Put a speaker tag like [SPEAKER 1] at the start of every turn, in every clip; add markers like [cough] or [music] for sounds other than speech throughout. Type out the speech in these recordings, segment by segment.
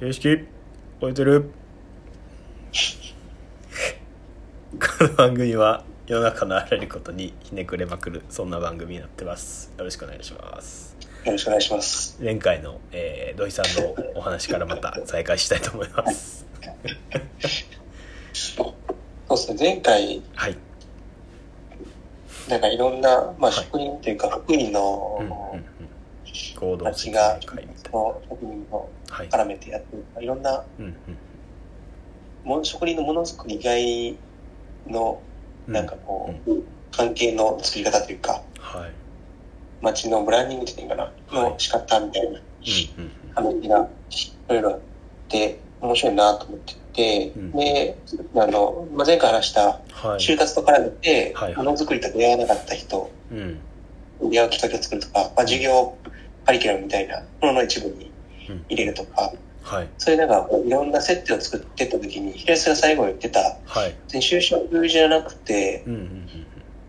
[SPEAKER 1] 形式超えてる [laughs] この番組は世の中のあらゆることにひねくれまくるそんな番組になってますよろしくお願いします
[SPEAKER 2] よろしくお願いします。
[SPEAKER 1] 前回の、えー土井さんのお話からまた再開したいと思います
[SPEAKER 2] そうですね、前回、
[SPEAKER 1] はい
[SPEAKER 2] なんかいろんな、
[SPEAKER 1] はい
[SPEAKER 2] まあ、職人というか、福
[SPEAKER 1] う
[SPEAKER 2] 利
[SPEAKER 1] んうん
[SPEAKER 2] の
[SPEAKER 1] うん、合同
[SPEAKER 2] た
[SPEAKER 1] 説
[SPEAKER 2] ち
[SPEAKER 1] 明
[SPEAKER 2] が、
[SPEAKER 1] 会みたいな
[SPEAKER 2] こう職人を
[SPEAKER 1] はい、
[SPEAKER 2] 絡めてやってる、いろんな
[SPEAKER 1] うんうん
[SPEAKER 2] も、職人のものづくり以外の、
[SPEAKER 1] う
[SPEAKER 2] なんかこう、関係の作り方というか、
[SPEAKER 1] はい
[SPEAKER 2] 街のブランディングっていうのかな、
[SPEAKER 1] はい
[SPEAKER 2] の仕方みたいな
[SPEAKER 1] うんうん
[SPEAKER 2] 話が、いろいろあって、面白いなと思ってて、
[SPEAKER 1] うん
[SPEAKER 2] で、あの、まあ、前回話した、
[SPEAKER 1] うんはい
[SPEAKER 2] 就活と絡めて
[SPEAKER 1] はい、は
[SPEAKER 2] も
[SPEAKER 1] い
[SPEAKER 2] のづくりと出会わなかった人、
[SPEAKER 1] うん
[SPEAKER 2] 出会うきっかけを作るとか、まあ、授業カリキュラムみたいなものの一部に
[SPEAKER 1] うん
[SPEAKER 2] 入れるとか、
[SPEAKER 1] はい
[SPEAKER 2] そういうなんかこういろんな設定を作ってった時に、平安が最後言ってた、
[SPEAKER 1] はい
[SPEAKER 2] 別に就職じゃなくて、
[SPEAKER 1] うんうん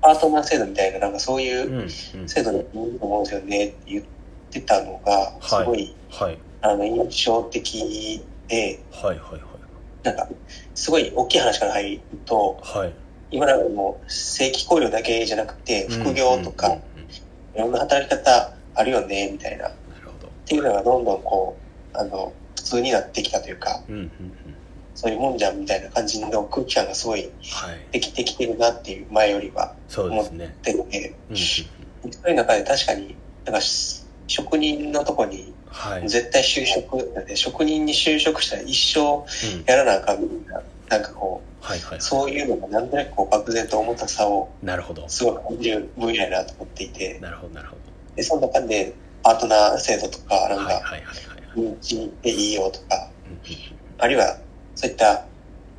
[SPEAKER 2] パートナー制度みたいな、なんかそうい
[SPEAKER 1] うんうん
[SPEAKER 2] う
[SPEAKER 1] うん
[SPEAKER 2] 制度だと思うんですよねって言ってたのが、すごい、
[SPEAKER 1] はい
[SPEAKER 2] あの、印象的で、
[SPEAKER 1] はいはいはい
[SPEAKER 2] なんか、すごい大きい話から入ると、
[SPEAKER 1] はい
[SPEAKER 2] 今なんかもう正規雇用だけじゃなくて、副業と
[SPEAKER 1] うん
[SPEAKER 2] か
[SPEAKER 1] うん、うんうん
[SPEAKER 2] いろんな働き方あるよね、みたいな。
[SPEAKER 1] なるほど
[SPEAKER 2] っていうのがどんどんこう、あの、普通になってきたというか、
[SPEAKER 1] うんうんうん
[SPEAKER 2] そういうもんじゃんみたいな感じの空気感がすごい
[SPEAKER 1] はい
[SPEAKER 2] できてきてるなっていう前よりは
[SPEAKER 1] そうですね
[SPEAKER 2] 出てて、
[SPEAKER 1] うんうんうん
[SPEAKER 2] そういう中で確かに、なんかし職人のとこに
[SPEAKER 1] はいうん
[SPEAKER 2] 絶対就職なんで、職人に就職したら一生やらなあかんみたいな、なんかこ、
[SPEAKER 1] はいはいう
[SPEAKER 2] そういうのがなんとなくこう漠然と重たさを
[SPEAKER 1] なるほど
[SPEAKER 2] すごく感じる分野やなと思っていて、
[SPEAKER 1] なるほどなるほ
[SPEAKER 2] で、その中でパートナー制度とか、
[SPEAKER 1] ど
[SPEAKER 2] なん
[SPEAKER 1] はいはい
[SPEAKER 2] か、
[SPEAKER 1] はいはいはい
[SPEAKER 2] 認知でいいよとか、
[SPEAKER 1] うんうん
[SPEAKER 2] あるいは、そういった、ま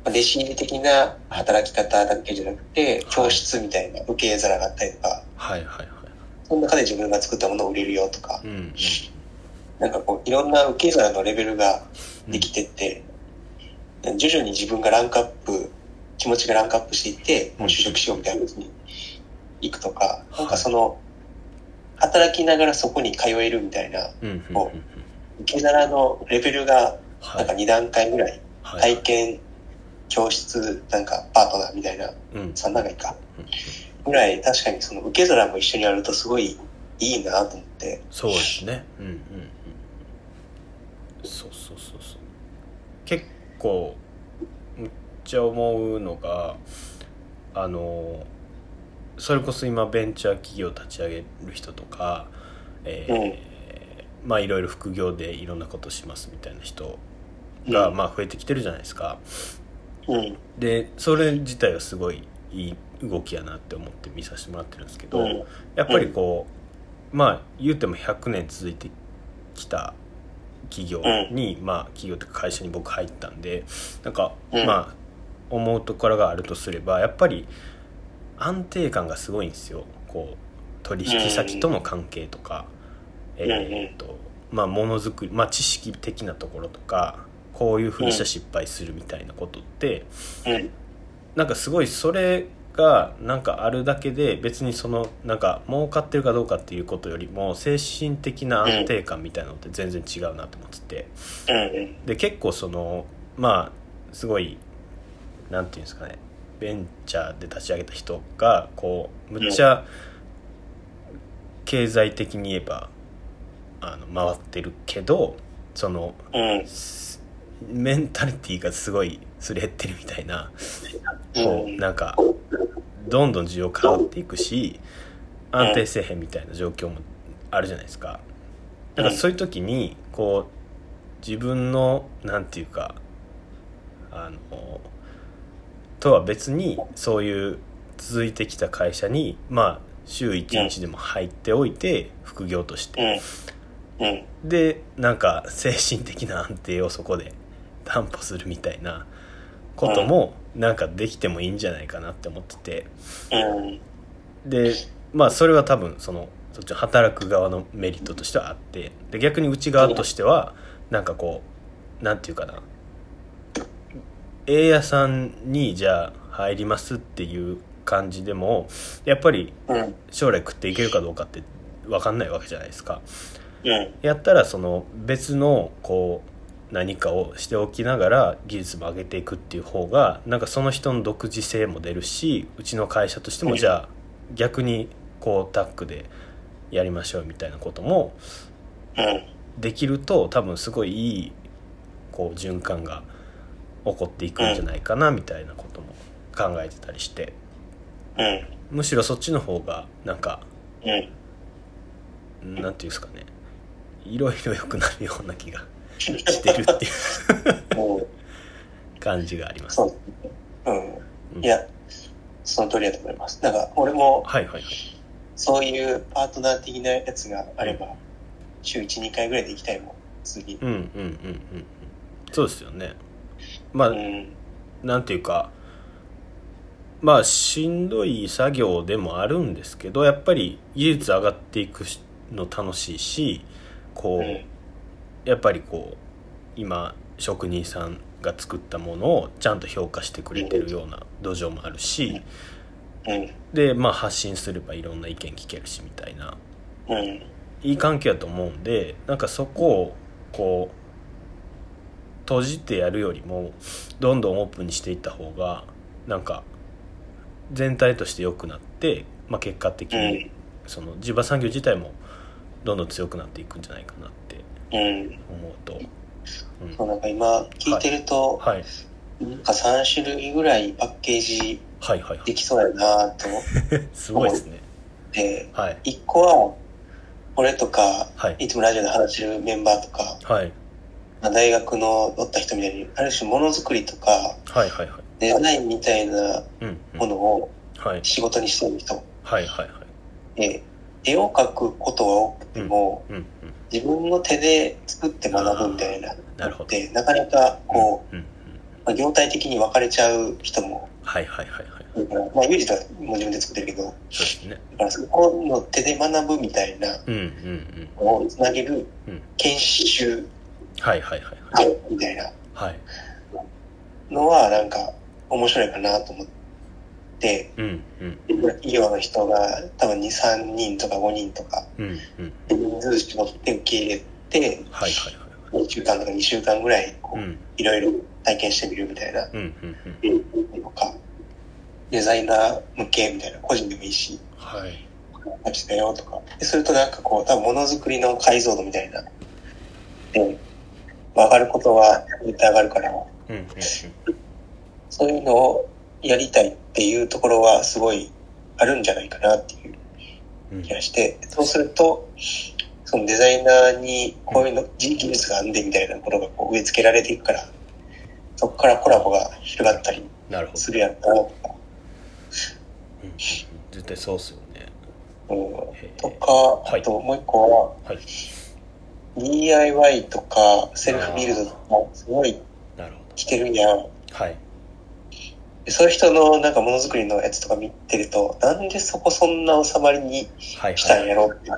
[SPEAKER 2] あ弟子入り的な働き方だけじゃなくて、教室みたいな受け皿があったりとか、
[SPEAKER 1] はいはいはい
[SPEAKER 2] その中で自分が作ったものを売れるよとか
[SPEAKER 1] う、んうん
[SPEAKER 2] なんかこう、いろんな受け皿のレベルが
[SPEAKER 1] うん
[SPEAKER 2] できてって、徐々に自分がランクアップ、気持ちがランクアップしていって、もう就職しようみたいなやつに行くとか、
[SPEAKER 1] はい
[SPEAKER 2] なんかその、働きながらそこに通えるみたいな、
[SPEAKER 1] うんうんうん
[SPEAKER 2] こ受け皿のレベルが、
[SPEAKER 1] は
[SPEAKER 2] ないんか2段階ぐらい
[SPEAKER 1] はい
[SPEAKER 2] 体験、教室、なんかパートナーみたいな、
[SPEAKER 1] うん
[SPEAKER 2] 3段階か
[SPEAKER 1] うん。
[SPEAKER 2] ぐらい、確かにその受け皿も一緒にやるとすごいいいなと思って。
[SPEAKER 1] そうですねうんうんうんそうそうそうそう結構むっちゃ思うのがあのそれこそ今ベンチャー企業立ち上げる人とか、えーまあいろいろ副業でいろんなことしますみたいな人が、まあ増えてきてるじゃないですか
[SPEAKER 2] うん。
[SPEAKER 1] でそれ自体はすごいいい動きやなって思って見させてもらってるんですけど、
[SPEAKER 2] うん。
[SPEAKER 1] やっぱりこう、まあ言うても100年続いてきた企業に、まあ企業というか会社に僕入ったんでなんか、
[SPEAKER 2] うん
[SPEAKER 1] まあ思うところがあるとすればやっぱり安定感がすごいんですよこう取引先との関係とか、
[SPEAKER 2] ん
[SPEAKER 1] えーっとまあものづくりまあ知識的なところとかこういうふうにしたら失敗するみたいなことって、
[SPEAKER 2] うん。
[SPEAKER 1] なんかすごいそれがなんかあるだけで別にそのなんか儲かってるかどうかっていうことよりも精神的な安定感みたいなのって全然違うなと思ってて
[SPEAKER 2] うん。
[SPEAKER 1] で結構そのまあすごいなんていうんですかねベンチャーで立ち上げた人がこうむっちゃ経済的に言えばあの回ってるけどその
[SPEAKER 2] うん。
[SPEAKER 1] すメンタリティーがすごいすれ減ってるみたいなこ
[SPEAKER 2] う。
[SPEAKER 1] うんなんかどんどん需要変わっていくし安定せえへんみたいな状況もあるじゃないですかだからそういう時にこう自分のなんていうかあのとは別にそういう続いてきた会社にまあ週1日でも入っておいて副業として
[SPEAKER 2] うん。うん。
[SPEAKER 1] でなんか精神的な安定をそこで担保するみたいなこともなんかできてもいいんじゃないかなって思ってて
[SPEAKER 2] うん。
[SPEAKER 1] でまあそれは多分そのそっちの働く側のメリットとしてはあってで逆に内側としてはなんかこうなんていうかな A 屋さんにじゃあ入りますっていう感じでもやっぱり
[SPEAKER 2] うん。
[SPEAKER 1] 将来食っていけるかどうかって分かんないわけじゃないですか。
[SPEAKER 2] うん。
[SPEAKER 1] やったらその別のこう何かをしておきながら技術も上げていくっていう方がなんかその人の独自性も出るしうちの会社としてもじゃあ逆にこうタッグでやりましょうみたいなことも
[SPEAKER 2] うん。
[SPEAKER 1] できると多分すごいいいこう循環が起こっていくんじゃないかなみたいなことも考えてたりして
[SPEAKER 2] うん。
[SPEAKER 1] むしろそっちの方がなんか
[SPEAKER 2] うん。
[SPEAKER 1] なんていうんですかねいろいろ良くなるような気がしてるっていう
[SPEAKER 2] もう、
[SPEAKER 1] 感じがあります。
[SPEAKER 2] そう。う
[SPEAKER 1] うん
[SPEAKER 2] ん。いや、その通りだと思います。なんか、俺も、
[SPEAKER 1] はいはいはい。
[SPEAKER 2] そういうパートナー的なやつがあれば、週1、2回ぐらいで行きたいもん、次。
[SPEAKER 1] うんうんうんうんうん。そうですよね。まあ、
[SPEAKER 2] うん。
[SPEAKER 1] なんていうかまあしんどい作業でもあるんですけどやっぱり技術上がっていくしの楽しいしこ
[SPEAKER 2] う
[SPEAKER 1] う、
[SPEAKER 2] ん。
[SPEAKER 1] やっぱりこう今職人さんが作ったものをちゃんと評価してくれてるような土壌もあるし
[SPEAKER 2] うん。
[SPEAKER 1] でまあ発信すればいろんな意見聞けるしみたいな
[SPEAKER 2] うん。
[SPEAKER 1] いい環境やと思うんでなんかそこをこう閉じてやるよりもどんどんオープンにしていった方がなんか全体として良くなって、まあ、結果的
[SPEAKER 2] うん
[SPEAKER 1] にその地場産業自体もどんどん強くなっていくんじゃないかなって
[SPEAKER 2] うん。
[SPEAKER 1] 思うと、うん
[SPEAKER 2] そう、なんか今、聞いてると、
[SPEAKER 1] はい、
[SPEAKER 2] なんか3種類ぐらいパッケージ
[SPEAKER 1] はいはいは
[SPEAKER 2] で
[SPEAKER 1] い
[SPEAKER 2] きそうやなと思っ
[SPEAKER 1] すごいですね
[SPEAKER 2] て、
[SPEAKER 1] はい
[SPEAKER 2] 1個は、俺とか、
[SPEAKER 1] はい
[SPEAKER 2] いつもラジオで話してるメンバーとか、
[SPEAKER 1] はい
[SPEAKER 2] まあ大学のおった人みたいに、ある種ものづくりとか、
[SPEAKER 1] はいはいはい
[SPEAKER 2] デザインみたいな
[SPEAKER 1] うんうん
[SPEAKER 2] ものを
[SPEAKER 1] はい
[SPEAKER 2] 仕事にしてる人。
[SPEAKER 1] はいはいはい
[SPEAKER 2] で、絵を描くことは多くても、
[SPEAKER 1] うんうん
[SPEAKER 2] 自分の手で作って学ぶみたいな。
[SPEAKER 1] なるほど
[SPEAKER 2] で、なかなかこ
[SPEAKER 1] うんうん
[SPEAKER 2] う、まあ業態的に分かれちゃう人も
[SPEAKER 1] はいはいはいはい
[SPEAKER 2] いるから、まあ、ユージとはもう自分で作ってるけど、
[SPEAKER 1] そうですね
[SPEAKER 2] だからそこの手で学ぶみたいな
[SPEAKER 1] うんうんうん
[SPEAKER 2] のをつなげる
[SPEAKER 1] うん
[SPEAKER 2] 研修
[SPEAKER 1] はいはいはいはい
[SPEAKER 2] みたいな
[SPEAKER 1] はい。
[SPEAKER 2] のはなんか面白いかなと思って、
[SPEAKER 1] うんうん
[SPEAKER 2] 医療の人が多分2、3人とか5人とか、
[SPEAKER 1] うんうん。
[SPEAKER 2] 人数絞って受け入れて、
[SPEAKER 1] はいはい
[SPEAKER 2] 1週間とか2週間ぐらいこ
[SPEAKER 1] はい。う
[SPEAKER 2] う、
[SPEAKER 1] ん
[SPEAKER 2] いろいろ体験してみるみたいな、
[SPEAKER 1] うんうんうん。
[SPEAKER 2] とか、デザイナー向けみたいな、個人でもいいし、
[SPEAKER 1] はい。
[SPEAKER 2] あっちだよとか。でするとなんかこう、多分ものづくりの解像度みたいな。で、上がることは絶対上がるから、
[SPEAKER 1] うんうんうん。
[SPEAKER 2] そういうのをやりたいっていうところはすごいあるんじゃないかなっていう。
[SPEAKER 1] うん
[SPEAKER 2] 気がして、そうすると、そのデザイナーにこういうの、技術があんでみたいなものがこう植え付けられていくから、そこからコラボが広がったり
[SPEAKER 1] なるほど。
[SPEAKER 2] するやんかなとか、
[SPEAKER 1] うんうんうん絶対そうっすよね。
[SPEAKER 2] うん、
[SPEAKER 1] へえ
[SPEAKER 2] とか、
[SPEAKER 1] はい
[SPEAKER 2] あともう一個は、
[SPEAKER 1] はい。
[SPEAKER 2] DIY とかセルフビルドとかすごい
[SPEAKER 1] なるほ
[SPEAKER 2] 来てるやん。
[SPEAKER 1] ど。はい。
[SPEAKER 2] でそういう人のなんかものづくりのやつとか見てると、なんでそこそんな収まりに
[SPEAKER 1] はい
[SPEAKER 2] 来た
[SPEAKER 1] は
[SPEAKER 2] ん
[SPEAKER 1] い。
[SPEAKER 2] やろって、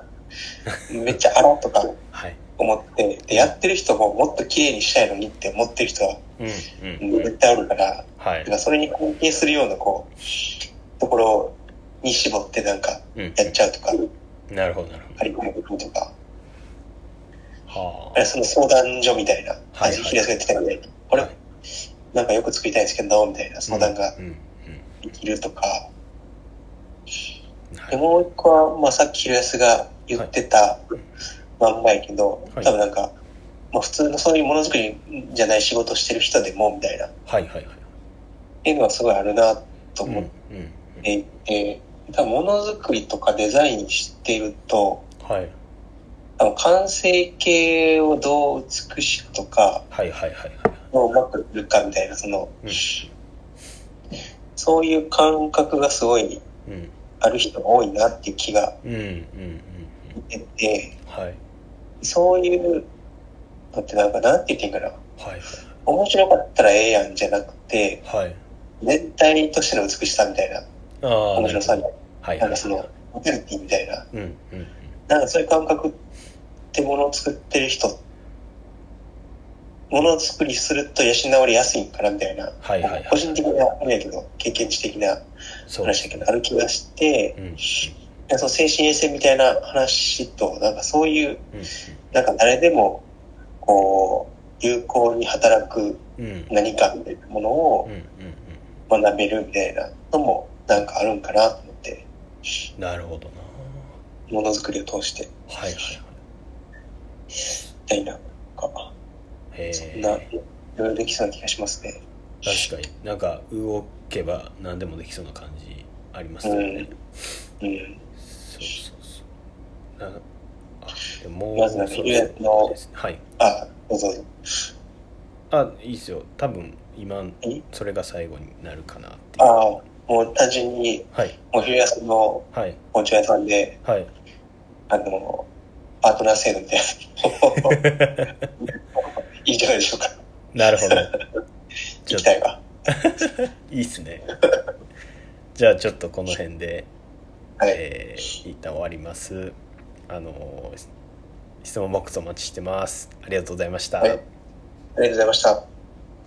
[SPEAKER 2] めっちゃあらとか
[SPEAKER 1] はい。
[SPEAKER 2] 思って、で、やってる人ももっと綺麗にしたいのにって思ってる人は
[SPEAKER 1] うんうん。
[SPEAKER 2] 絶対あるから、
[SPEAKER 1] は
[SPEAKER 2] だ
[SPEAKER 1] い
[SPEAKER 2] か。らそれに貢献するような、こう、ところに絞ってなんか
[SPEAKER 1] うんうん
[SPEAKER 2] やっちゃうとか、
[SPEAKER 1] なるほどなるほ
[SPEAKER 2] 張り込むとか、
[SPEAKER 1] ど。は
[SPEAKER 2] あれその相談所みたいな、
[SPEAKER 1] はい
[SPEAKER 2] 味開かれてたので、これなんかよく作りたいんですけど、みたいな相談が
[SPEAKER 1] うんうん
[SPEAKER 2] できるとか、
[SPEAKER 1] うん。は
[SPEAKER 2] で
[SPEAKER 1] い。
[SPEAKER 2] もう一個は、まあさっきひろやすが言ってたまんまやけど、
[SPEAKER 1] はい
[SPEAKER 2] 多分なんか、まあ普通のそういうものづくりじゃない仕事してる人でも、みたいな、っ
[SPEAKER 1] はいはいはい。
[SPEAKER 2] ていうのはすごいあるなと
[SPEAKER 1] うん
[SPEAKER 2] 思っ
[SPEAKER 1] うん。
[SPEAKER 2] ていて、多分ものづくりとかデザインしてると、
[SPEAKER 1] はい。
[SPEAKER 2] あの完成形をどう美しくとか、
[SPEAKER 1] はいはいはいはい。
[SPEAKER 2] どううまくいるかみたいな、その、
[SPEAKER 1] う
[SPEAKER 2] そういう感覚がすごい
[SPEAKER 1] んうん
[SPEAKER 2] ある人が多いなっていう気が
[SPEAKER 1] うんうんうんうん。
[SPEAKER 2] 出て、
[SPEAKER 1] はい
[SPEAKER 2] そういうのってなんか、なんて言っていいんかな。
[SPEAKER 1] はい
[SPEAKER 2] 面白かったらええやんじゃなくて、
[SPEAKER 1] はい。はい。
[SPEAKER 2] 全体としての美しさみたいな、
[SPEAKER 1] ああ。
[SPEAKER 2] 面白さみ
[SPEAKER 1] な
[SPEAKER 2] た
[SPEAKER 1] る
[SPEAKER 2] い
[SPEAKER 1] ほどはいは
[SPEAKER 2] な、なん
[SPEAKER 1] い
[SPEAKER 2] かその、モデルティみたいな、
[SPEAKER 1] うんうんうん。
[SPEAKER 2] なんかそういう感覚ってものを作ってる人、ものを作りすると養われやすいんかなみたいな、
[SPEAKER 1] はいはいはい
[SPEAKER 2] 個人的な、あれやけど、経験値的な
[SPEAKER 1] そうです
[SPEAKER 2] 話だけ
[SPEAKER 1] ね
[SPEAKER 2] ど、ある気がして
[SPEAKER 1] う、んうん
[SPEAKER 2] でその精神衛生みたいな話と、なんかそういう、
[SPEAKER 1] うん
[SPEAKER 2] なんか誰でも、こう、有効に働く
[SPEAKER 1] うんうん
[SPEAKER 2] 何かみたいなものを
[SPEAKER 1] うんうん
[SPEAKER 2] 学べるみたいなのもなんかあるんかなと思って、
[SPEAKER 1] なるほどな
[SPEAKER 2] ものづくりを通してみ
[SPEAKER 1] はいはいはい
[SPEAKER 2] たいな、なんか、
[SPEAKER 1] へ
[SPEAKER 2] そんな、い
[SPEAKER 1] え
[SPEAKER 2] ろいろできそうな気がしますね。
[SPEAKER 1] 確かになんか動けば何でもできそうな感じありますよね、
[SPEAKER 2] うん。
[SPEAKER 1] そうそうそうなあでも
[SPEAKER 2] まずなんか
[SPEAKER 1] そろ
[SPEAKER 2] イベントの
[SPEAKER 1] そうですねはい
[SPEAKER 2] あ、どうぞどうぞ。
[SPEAKER 1] あいいですよ多分今
[SPEAKER 2] え
[SPEAKER 1] それが最後になるかなっていう
[SPEAKER 2] ああ、もう単純に、
[SPEAKER 1] はい
[SPEAKER 2] お昼休みの
[SPEAKER 1] はい
[SPEAKER 2] お茶屋さんで、
[SPEAKER 1] はい
[SPEAKER 2] あの、パートナー制度みたいな [laughs] のをいいんじゃないでしょうか。
[SPEAKER 1] なる
[SPEAKER 2] [laughs]
[SPEAKER 1] ほどち
[SPEAKER 2] 行
[SPEAKER 1] ょっと
[SPEAKER 2] きたいわ。
[SPEAKER 1] いいっすねじゃあちょっとこの辺で
[SPEAKER 2] はい。
[SPEAKER 1] えー一旦終わります。あのー質問ボックスお待ちしてます。ありがとうございました。
[SPEAKER 2] はいありがとうございました。